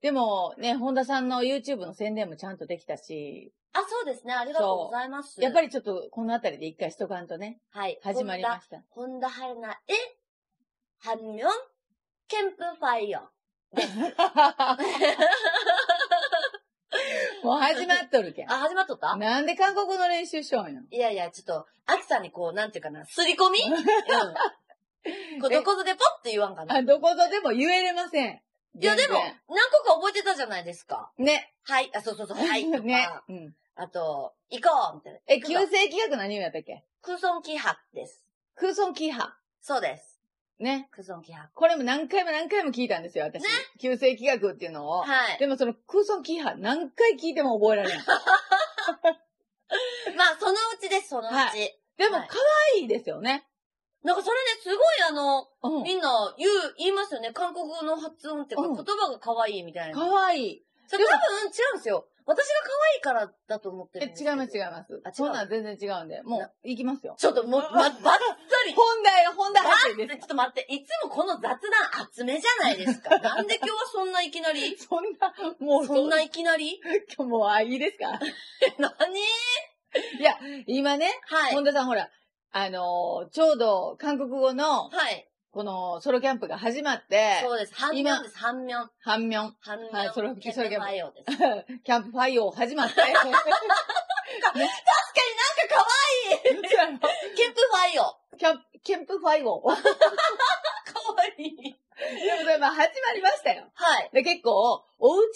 でもね、本田さんの YouTube の宣伝もちゃんとできたし、あ、そうですね。ありがとうございます。やっぱり、りちょっとこのあたりで一回しとかんとね、はい。始まりま した。本田春菜へ、半面、キャンプファイヤー。もう始まっとるけんあ、。始まっとったなんで韓国語の練習しようよ。いやいや、ちょっと、アキさんにこう、なんていうかな、す り込みうん。こうどこぞでポッて言わんかな。あ、いどこぞでも言えれません。や、でも、全何個か覚えてたじゃないですか。然ね。はい、あ、そうそうそう、はい、とか、 ね。うん。あと、行こうみたいな。え、旧世紀学何をやったっけ空村キハです。空村キハ。そうです。ね。空村キハ。これも何回も何回も聞いたんですよ、私。ね旧世紀学っていうのを。はい。でもその空村キハ、何回聞いても覚えられない。まあ、そのうちです、そのうち。はでもはい可愛いですよね。なんかそれね、すごいあの、うん。みんな言う、言いますよね。韓国語の発音っていうか、うん言葉が可愛いみたいな。可愛い。そでれも多分違うんですよ。私が可愛いからだと思ってえ、るんです違けどいます、違います。あ違うそんなん全然違うんで。もなう、行きますよ。ちょっともう、 ま、ばっさ り。本題よ、本題発ち言ょでっと待って、いつもこの雑談厚めじゃないです か。なんで今日はそんないきなりす。 そんな、もう、そんないきなり 今日もう、あ、いいですか何今ね、はい。本田さんほら、あのーちょうど韓国語の、はい。このソロキャンプが始まって、そうです。半今面です、半面。半面、半面。はいそれを決それ定がファイオ です。キャンプファイヤー始 まって。確かになんか可愛い。ケンプ ファイオ。キャンプ、キャンプファイヤー。でも可愛い。それまあ始まりましたよ。はい。で、結構、お家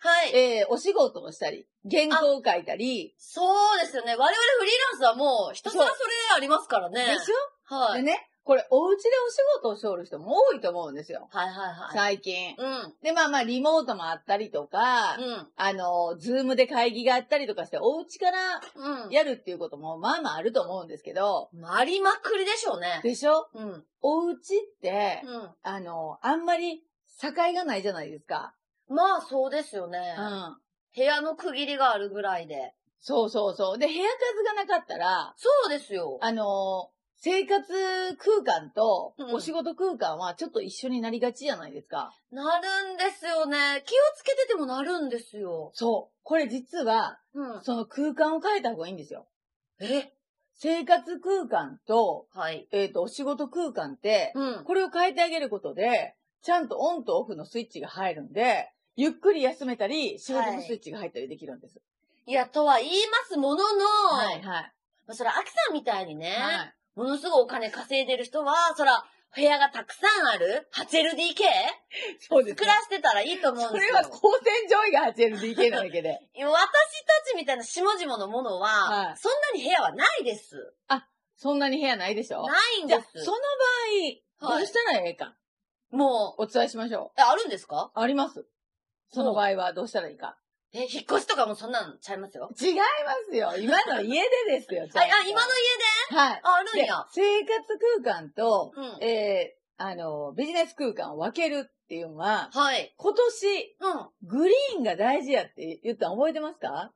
はい。で、えーお仕事をしたり、原稿を書いたり、そうですよね。我々フリーランスはもう、ひたすらそれありますからでね。しょはでい。ね、これ、お家でお仕事をしおる人も多いと思うんですよ。はいはいはい。最近。うん。で、まあまあ、リモートもあったりとか、うあの、ズームで会議があったりとかして、お家からん。うん。やるっていうことも、まあまああると思うんですけど、ありまくりでしょうね。でしょうん。うん。お家って、あの、あんまり境がないじゃないですか。まあそうですよねう。ん。部屋の区切りがあるぐらいで。そうそうそう。で、部屋数がなかったら、そうですよ。あの、生活空間とうんお仕事空間はちょっと一緒になりがちじゃないですか。なるんですよね。気をつけててもなるんですよ。そう。これ実は、うん。その空間を変えた方がいいんですよ。え生活空間と、はい。えっ、と、お仕事空間って、うん。これを変えてあげることで、ちゃんとオンとオフのスイッチが入るんで、ゆっくり休めたり、仕事のスイッチが入ったりできるんです。いや、とは言いますものの、はい、はい。まあそら、アキさんみたいにね、はいものすごいお金稼いでる人は、そら、部屋がたくさんある 8LDK? そうです暮らしてたらいいと思うんそですれよ。は高専上位が 8LDK なだけで。私たちみたいな下々のものは、はいそんなに部屋はないです。そんなに部屋ないでしょないんじでゃあ、すそ。の場合、はいどうしたらええか、もお伝えしましょう、えあるんですかう。あります。その場合はどうしたらいいか。え、引っ越しとかもそんなんちゃいますよ。違いますよ。今の家でですよ。あ、あ今の家ではい。ああるんでや。生活空間と、うん。えー、あの、ビジネス空間を分けるっていうのは、はい。今年、うん。グリーンが大事やって言ったの覚えてますか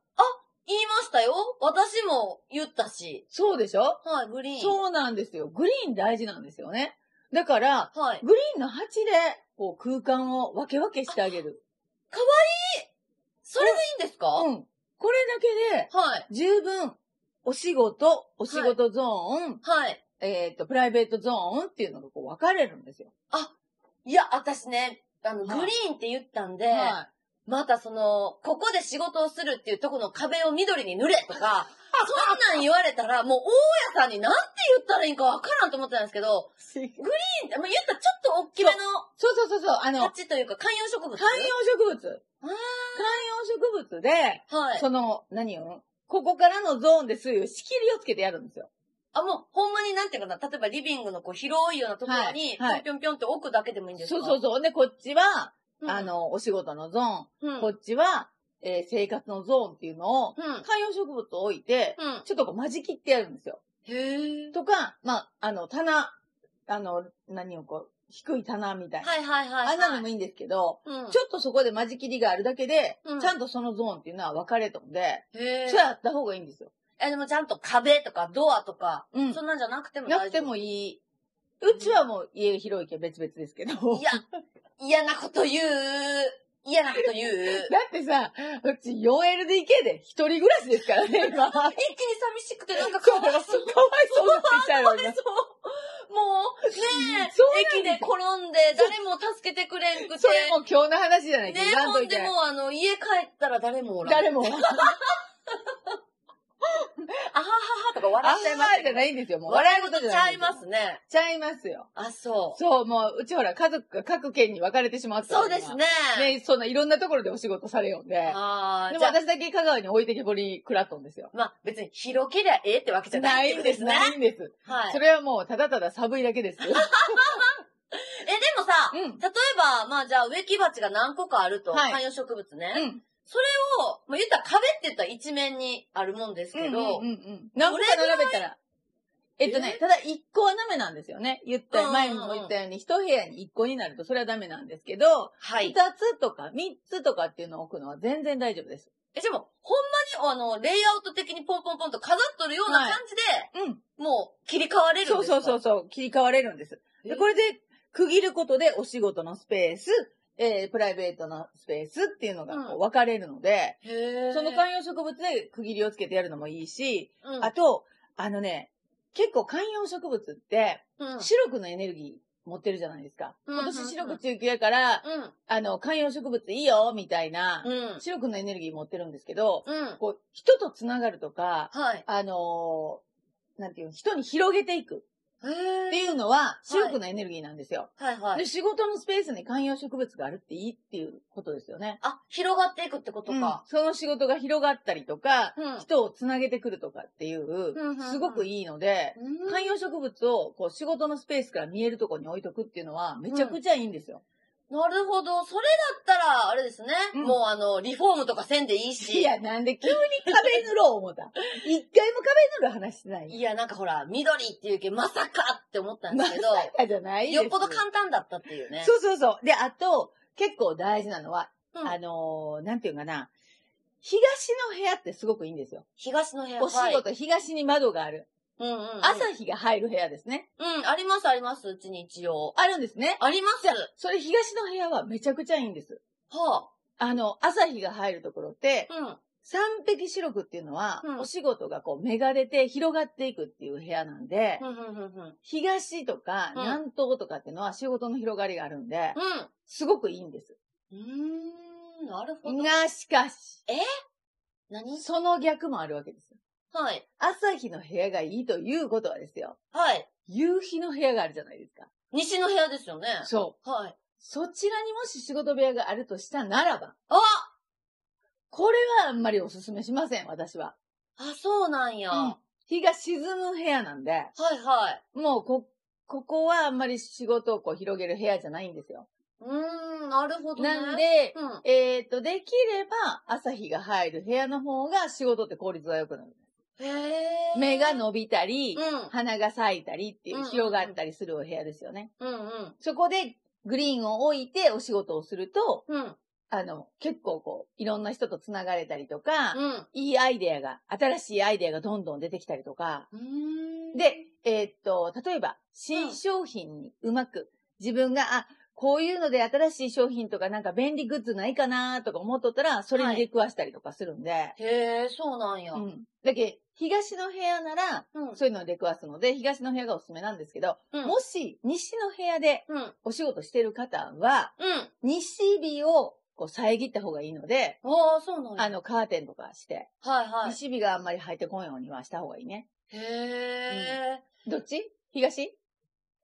言いましたよ。私も言ったし。そうでしょはい、グリーン。そうなんですよ。グリーン大事なんですよね。だから、はい。グリーンの鉢で、こう、空間を分け分けしてあげる。それでいいんですか、うん。これだけで、はい。十分、お仕事、お仕事ゾーン、はい。えっ、と、プライベートゾーンっていうのがこう分かれるんですよ。いや、私ね、あの、グはいリーンって言ったんで、はい。またその、ここで仕事をするっていうとこの壁を緑に塗れと か、そんなん言われたら、もう大家さんになんて言ったらいいんかわからんと思ってたんですけど、そうグリーン、まあ、言ったらちょっと大きめのそうそうそう、あの、観葉鉢というか観葉植物。植物。あ観葉植物で、ーはい。その、何よ、ここからのゾーンですいう仕切りをつけてやるんですよ。あ、もう、ほんまになんていうかな、例えばリビングのこう広いようなところに、ぴはいはいょんぴょんぴょんって置くだけでもいいんですかそうそうそう。で、こっちは、うんあ、の、お仕事のゾーン、うん。うこん。っちは、えー生活のゾーンっていうのを、観葉植物を置いて、うん。ちょっとこう間仕切ってやるんですよ。へえ。とか、まあ、あの、棚、あの、何をこう、低い棚みたいな。はいはいはい、はい。あんなのもいいんですけど、うん。ちょっとそこで間仕切りがあるだけで、うんちゃんとそのゾーンっていうのは分かれたので、へえそ。れやった方がいいんですよ。え、でもちゃんと壁とかドアとか、うん。そんなんじゃなくても大丈夫。なくてもいい。うちはもう家広いけど別々ですけど。いや、嫌なこと言う。嫌なこと言う。だってさ、うち 4LDK で一人暮らしですからね、今。かわい一気に寂しくてなんかかわいそう。そうなってきちゃうよ、今。そう。もう、ねえそうなん、駅で転んで、誰も助けてくれんくてそ。れもう今日の話じゃないけねど、え、なんほとんいでけない。もうあの、家帰ったら誰もおらん。誰も。あはははとかあ笑っちゃいんまますりじゃないんですよ。もう笑笑いい事事ちじゃゃないい。ますね。ちゃいますよ。あ、そう。そう、もう、うちほら、家族が各県に分かれてしまったからそうです。ね。ね、そんないろんなところでお仕事されよんで。あであ、もじゃあ、私だけ香川に置いてけぼり食らっとんですよ。まあ別に広けりゃええってわけじゃなないいんです、ね。ないんです。はい。それはもう、ただただ寒いだけです。え、でもさ、うん例えば、まあじゃあ植木鉢が何個かあると、はい観葉植物ね。うんを、まあ、言ったら壁って言ったら一面にあるもんですけど、うんうんうんうん、何個か並べたら。えっとね、ただ一個はダメなんですよね。言っうんうんた、うん前にも言ったように、一部屋に一個になるとそれはダメなんですけど、は二い。つとか三つとかっていうのを置くのは全然大丈夫です。え、でも、ほんまに、あの、レイアウト的にポンポンポンと飾っとるようなはい感じで、うん。もう切り替われるんそうですかそうそうそう、切り替われるんです。えでこれで区切ることでお仕事のスペース、えープライベートのスペースっていうのがこう分かれるので、へーその観葉植物で区切りをつけてやるのもいいし、うん、あと、あのね、結構観葉植物って、うん。視力のエネルギー持ってるじゃないですか。うんうんう今ん年視力中級やから、うん。あの、観葉植物いいよ、みたいな、うん。視力のエネルギー持ってるんですけど、うん。こう、人とつながるとか、はい。あのーなんていうの、人に広げていくへーっていうのは、視力のエネルギーなんですよ。はいはいで、。仕事のスペースに観葉植物があるっていいっていうことですよね。あ、広がっていくってことか。うんその仕事が広がったりとか、うん。人をつなげてくるとかっていんうんう、すごくいいので、うん観葉植物をこう仕事のスペースから見えるところに置いとくっていうのはめちゃくちゃいいんですよ。なるほど。それだったら、あれですね。うんもうあの、リフォームとかせんでいいし。いや、なんで急に壁塗ろう思った。一回も壁塗る話してない。いや、なんかほら、緑っていうけど、まさかって思ったんでますさけど、かじゃないですよっぽど簡単だったっていうね。そうそうそう。で、あと、結構大事なのは、うんあのーなんていうかな。東の部屋ってすごくいいんですよ。東の部屋。お仕はい事、東に窓がある。うんうんうん。朝日が入る部屋ですね。うん、ありますあります。うちに一応。あるんですね。あります。それ東の部屋はめちゃくちゃいいんです。はあの、朝日が入るところって、あ。うん。三匹四六っていうのは、うんお仕事がこう、芽が出て広がっていくっていう部屋なんで、うん、うん、うん、うん。東とかうん南東とかっていうのは仕事の広がりがあるんで、うん。すごくいいんです。うーん、なるほど。が、しかし、何その逆もあるわけですよ。はい。朝日の部屋がいいということはですよ、はい。夕日の部屋があるじゃないですか。西の部屋ですよね。そう。はい。そちらにもし仕事部屋があるとしたならば、あこれはあんまりおすすめしません、私は。あ、そうなんや。うん日が沈む部屋なんで、はい、はい。もうこ、ここはあんまり仕事をこう広げる部屋じゃないんですよ。うーん、なるほどね。なん、で、うん。えっ、と、できれば朝日が入る部屋の方が仕事って効率が良くなる。へえ。目が伸びたりう、ん。花が咲いたりっていうんううんうん広がったりするお部屋ですよね。うん、うん。そこでグリーンを置いてお仕事をすると、うん。あの、結構こう、いろんな人と繋がれたりとか、うん。いいアイデアが、新しいアイデアがどんどん出てきたりとか、うーん。で、えーっと、例えば、新商品にうまく、自分が、あ、こういうので新しい商品とかなんか便利グッズないかなとか思っとったら、それに出くわしたりとかするんで。へえ、そうなんや。うん。だけ東の部屋なら、うんそういうのを出くわすので、東の部屋がおすすめなんですけど、うんもし、西の部屋でうん。お仕事してる方は、うん。西日をこう遮った方がいいので、ああ、そうなんや。あの、カーテンとかして、はいはい。西日があんまり入ってこんようにはした方がいいね。へえ、どっち東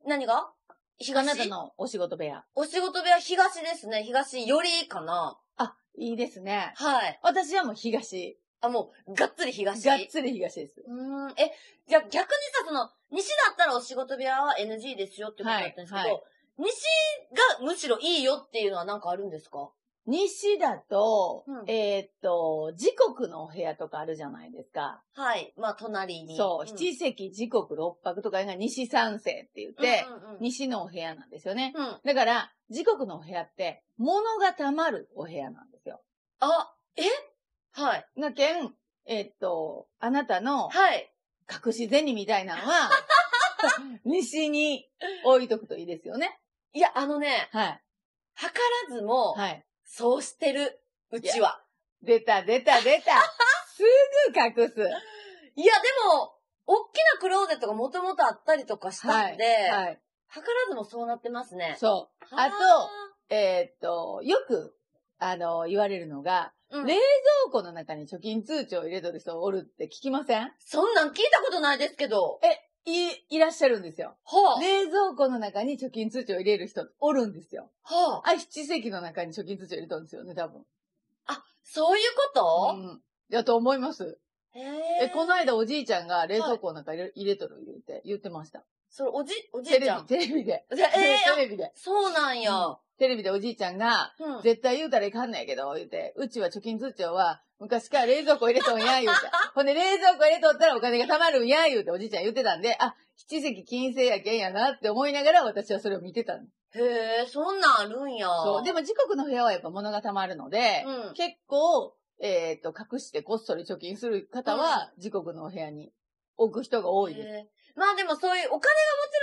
何があ東なたのお仕事部屋。お仕事部屋東ですね。東よりかな。あ、いいですね。はい。私はもう東。あ、もう、がっつり東。がっつり東です。うーん。え、じゃあ逆にさ、その、西だったらお仕事部屋は NG ですよってことだったんですけど、はいはい西がむしろいいよっていうのはなんかあるんですか西だと、うんえーっと、時刻のお部屋とかあるじゃないですか。はい。まあ、隣に。そう、ん七席時刻六泊とかが西三世って言って、、うんうんうん西のお部屋なんですよね。うん。だから、時刻のお部屋って、物が溜まるお部屋なんですよ。あ、えはい。なけん、えーっと、あなたのはい。隠し銭みたいなの は、西に置いとくといいですよね。いや、あのね、はい。図らずも、はい。そうしてる、うちは。出た、出た、出 た。すぐ隠す。いや、でも、大きなクローゼットがもともとあったりとかしたんで、はい。図らずもそうなってますね。そはーあう。えーっと、よく、あの、言われるのが、うん冷倉庫の中に貯金通帳を入れとる人おるって聞きませんそんなん聞いたことないですけど。い、いらっしゃるんですよ。はあ、冷蔵庫の中に貯金通帳を入れる人おるんですよ。はあ、あ、七席の中に貯金通帳入れたんですよね、多分。そういうこと、うん。やと思います。へええ、この間おじいちゃんが冷蔵庫の中入れ入れとる言うて、言ってました。それ、おじ、おじテいちレゃビ、ん。テレビで。えーテレビで。そうなんや。うテレビでおじいちゃんが、うん 絶対言うたらいかんないけど、言うて、うちは貯金通帳は、昔から冷蔵庫入れとんや、言うて。ほんで、冷蔵庫入れとったらお金が貯まるんや、言うておじいちゃん言ってたんで、あ、七席金星やけんやなって思いながら私はそれを見てたんです。へえ、そんなんあるんや。そう。でも時刻の部屋はやっぱ物が貯まるので、うん結構、えっ、と、隠してこっそり貯金する方は、時刻のお部屋に置く人が多いです。へえまあでもそういうお金がもち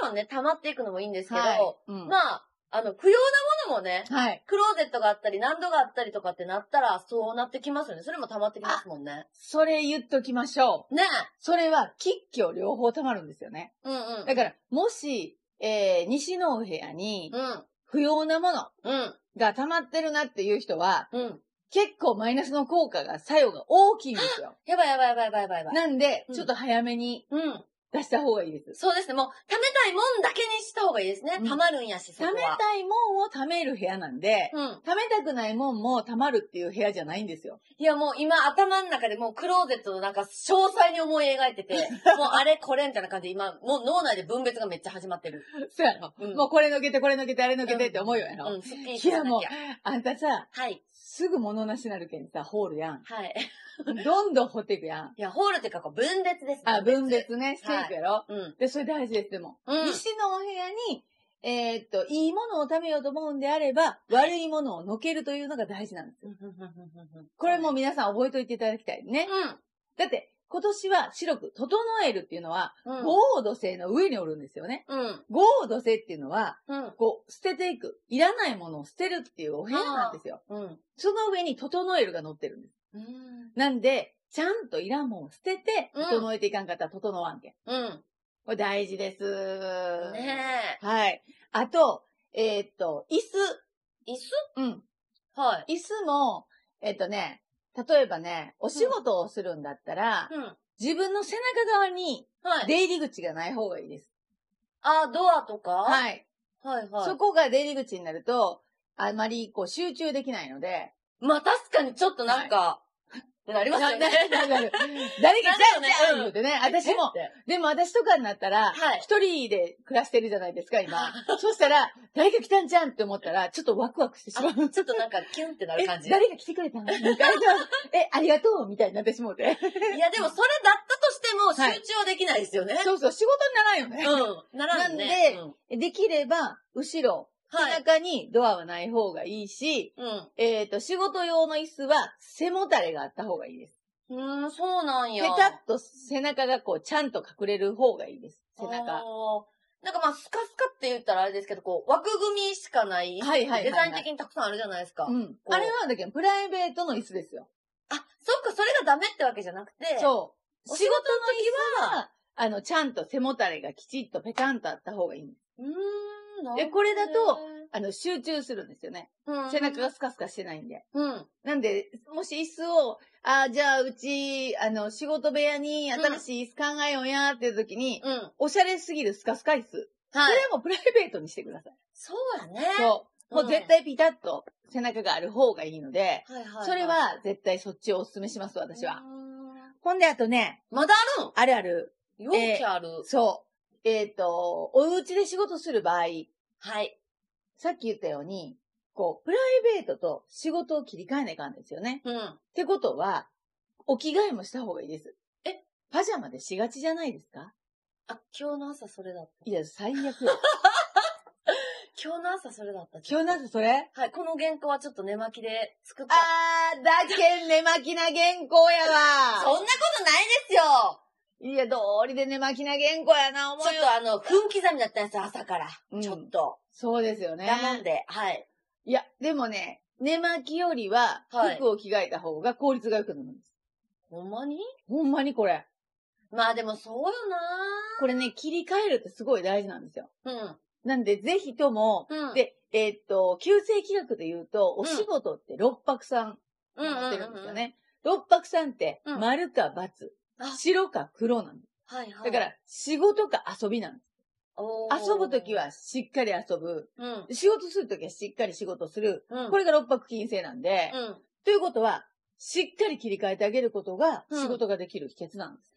ろんね、溜まっていくのもいいんですけど、はい。うんまあ、あの、不要なものもね、はい。クローゼットがあったり、何度があったりとかってなったら、そうなってきますよね。それも溜まってきますもんね。それ言っときましょう。ねそれは、吉居両方貯まるんですよね。え。うんうん。だから、もし、えー、西のお部屋に、うん。不要なものうん。が溜まってるなっていう人は、うん。結構マイナスの効果が、作用が大きいんですよ。やばいやばいやばいやばいやばいやばい。なんでう、んちょっと早めにうん。出した方がいいです。そうですね。もう、溜めたいもんだけにした方がいいですね。うん溜まるんやし、そこ貯は。めたいもんを貯める部屋なんで、うん。貯めたくないもんも貯まるっていう部屋じゃないんです よ。いやもう今頭の中でもうクローゼットのなんか詳細に思い描い てて、もうあれこれみたいな感じで今、もう脳内で分別がめっちゃ始まってる。そうやろ、うんもうこれのけて、これのけて、あれのけてって思うよやろ、うん、すっきりしなきゃいやもうあんたさ、はい。すぐ物なしなるけんさ、ホールやん。はい。どんどん掘っていくやん。いや、ホールっていうか、こう分裂ですね。あ、分。裂ね、していくやろ、うん。で、それ大事です、でも。うん。西のお部屋に、えーっと、いいものを食べようと思うんであれば、悪いものをのけるというのが大事なんですよ。これもうう皆さん覚えておいていただきたいね。ん。だって、今年は白く、整えるっていうのは、うん。豪土性の上におるんですよね。うん。豪土性っていうのは、うん。こう、捨てていく。いらないものを捨てるっていうお部屋なんですよ。うん。その上に整えるが乗ってるんです。うん。なんで、ちゃんといらんもんを捨てて、うん整えていかんかったら整わんけん。うん。これ大事です。ねはい。あと、えーっと、椅え。椅子子。うん。はい。椅子も、えーっとね、例えばね、お仕事をするんだったら、うん。自分の背中側にはい。出入り口がない方がいいです。あ、ドアとかい。はい。はいはい。そこが出入り口になると、あまりこう集中できないので、まあ確かにちょっとなんか、ってなりますよね。ななな る誰がなるじゃよんねじゃんうん言うてね、私も、えってでも私とかになったら、はい一人で暮らしてるじゃないですか、今。そしたら、誰が来たんじゃんって思ったら、ちょっとワクワクしてしまう。あちょっとなんかキュンってなる感えじ。いや、誰が来てくれたのみたいな。え、ありがとうみたいになってしもうて。でもそれだったとしても集中はできないですよね。そうそう、仕事にならんよね。うん。ならんね。なうんできれば、後ろ、背はい。中にドアはない方がいいし、うん。えっ、と、仕事用の椅子は背もたれがあった方がいいです。うーん、そうなんペや。タッと背中がこう、ちゃんと隠れる方がいいです。背あ中。ー。なんかまあ、スカスカって言ったらあれですけど、こう、枠組みしかない、はいはいはいはいデザイン的にたくさんあるじゃないですか。うん。あれはだけど、プライベートの椅子ですよ。あ、そっか、それがダメってわけじゃなくて、う。そう。お仕仕事事のの時時はは、あの、ちゃんと背もたれがきちっとペタンとあった方がいいんです。うーん、なるほどねでこれだと、あの、集中するんですよね。うん、背中がスカスカしてないんで。うん。なんで、もし椅子を、あーじゃあうち、あの、仕事部屋に新しい椅子考えようやっていう時に、うん。おしゃれすぎるスカスカ椅子。そはれい。はもうプライベートにしてください。そうやね。そう。もううん絶対ピタッと背中がある方がいいので、はいはい、はい。それ、は絶対そっちをお勧めします、私は。。ほんで、あとね、まだあるんあるある。容器ある、そう。えっ、と、お家で仕事する場合、はい。さっき言ったように、こう、プライベートと仕事を切り替えないかんですよね。うん。ってことは、お着替えもした方がいいです。えパジャマでしがちじゃないですかあ、今日の朝それだった。いや、最 悪よ。今日の朝それだった。今日なん朝でそれはい、この原稿はちょっと寝巻きで作った。あー、だけん寝巻きな原稿やそんなわ。ことないですよいや、どうりで寝巻きな原稿やな、思ちょいっよ。とあの、分刻みだったんですよ、朝から。うんちょっと。そうですよね。我慢で、はい。いや、でもね、寝巻きよりは、はい服を着替えた方が効率が良くなるんです。ほんまにほんまにこれ。まあでもそうよこれね、切り替えるってすごい大事なんですよ。ななんで、ぜひとも、うん。うん。、で、えーっと、旧正規学で言うと、お仕事って六白さんうんうんうん、ってるんですよ。ね。六白さんって、うん丸か×あ、白か黒なんです。はいはい。だから、仕事か遊びなんです。おー、遊ぶときはしっかり遊ぶ。うん、仕事するときはしっかり仕事する。うん。これが六白金星なんで、うん。ということは、しっかり切り替えてあげることが、うん仕事ができる秘訣なんです。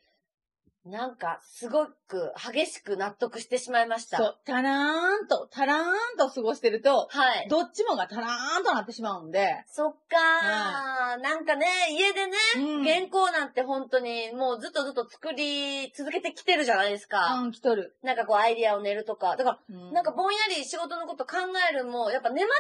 なんか、すごく激しく納得してしまいました。そう、たらーんと、たらーんと過ごしてると、はい。どっちもがたらーんとなってしまうんで、そっかー、なんかね、家でね、うん原稿なんて本当にもうずっとずっと作り続けてきてるじゃないですか。うん、来とる。なんかこうアイディアを練るとか。だかうら、なんか、ぼんやり仕事のこと考えるも、やっぱ寝巻きで考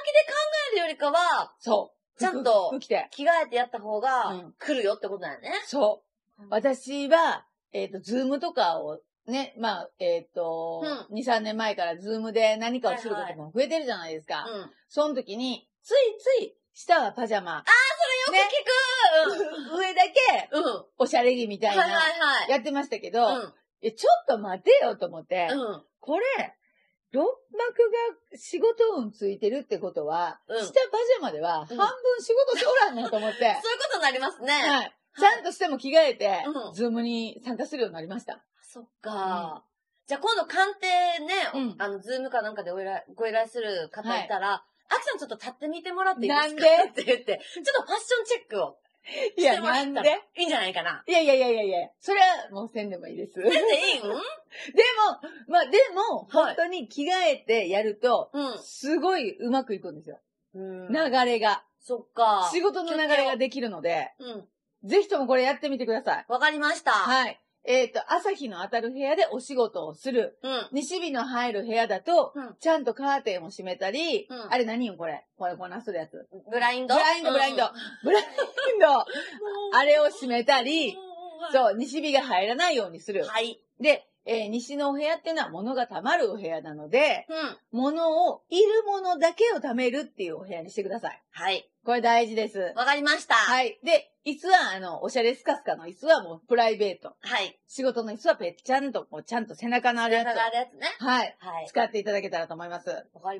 えるよりかは、そう。ちゃんと服服着て。着替えてやった方うがん来るよってことだよね。そううん。私は、えっ、と、ズームとかを、ね、まあ、えっ、と、2、3年前からズームで何かをすることも増えてるじゃないですか。うん。よその時に、ついつい、下はパジャマ。くね聞 く、上だけ、うん。うん。おしゃれ着みたはいいはいな、はい。やってましたけど、うえちょっと待てよと思って、ん。うん。これ、六幕が仕事運ついてるってことは、うん下パジャマでは半う分ん仕事しおらんなと思って、そういうことになりますね。はい。ちゃんとしても着替えて、うんズームに参加するようになりました。そっか。じゃあ今度鑑定ね、うんあの、ズームかなんかでお依頼ご依頼する方いたら、あきさんちょっと立ってみてもらっていいですかなんでって言って、ちょっとファッションチェックをいしてや、もらなっんたでらいいんじゃないかな。いやいやいやいやいや、それはもうせんでもいい です。でも、全然いいんまあでも、はい本当に着替えてやると、うすごいうまくいくんですよ。ん。流れが。そっか。仕事の流れができるので、うん。ぜひともこれやってみてください。わかりました。はい。えっ、と、朝日の当たる部屋でお仕事をする。うん。西日の入る部屋だと、うんちゃんとカーテンを閉めたり、うんあれ何よこれ。これ、こんなするやつ。ブラインブドラインド、ブラインド。ブラインド。あれを閉めたり、う。そう、西日が入らないようにする。はい。で、えー西のお部屋っていうのは物が溜まるお部屋なので、うん。物を、いるものだけを溜めるっていうお部屋にしてください。はい。これ大事です。わかりました。はい。はい。で、椅子は、あの、おしゃれスカスカの椅子はもうプライベート。仕事の椅子はぺっちゃんと、こう、ちゃんと背中のある流れやつを。あるやつね。はい。はい。使っていただけたらと思います。わかりました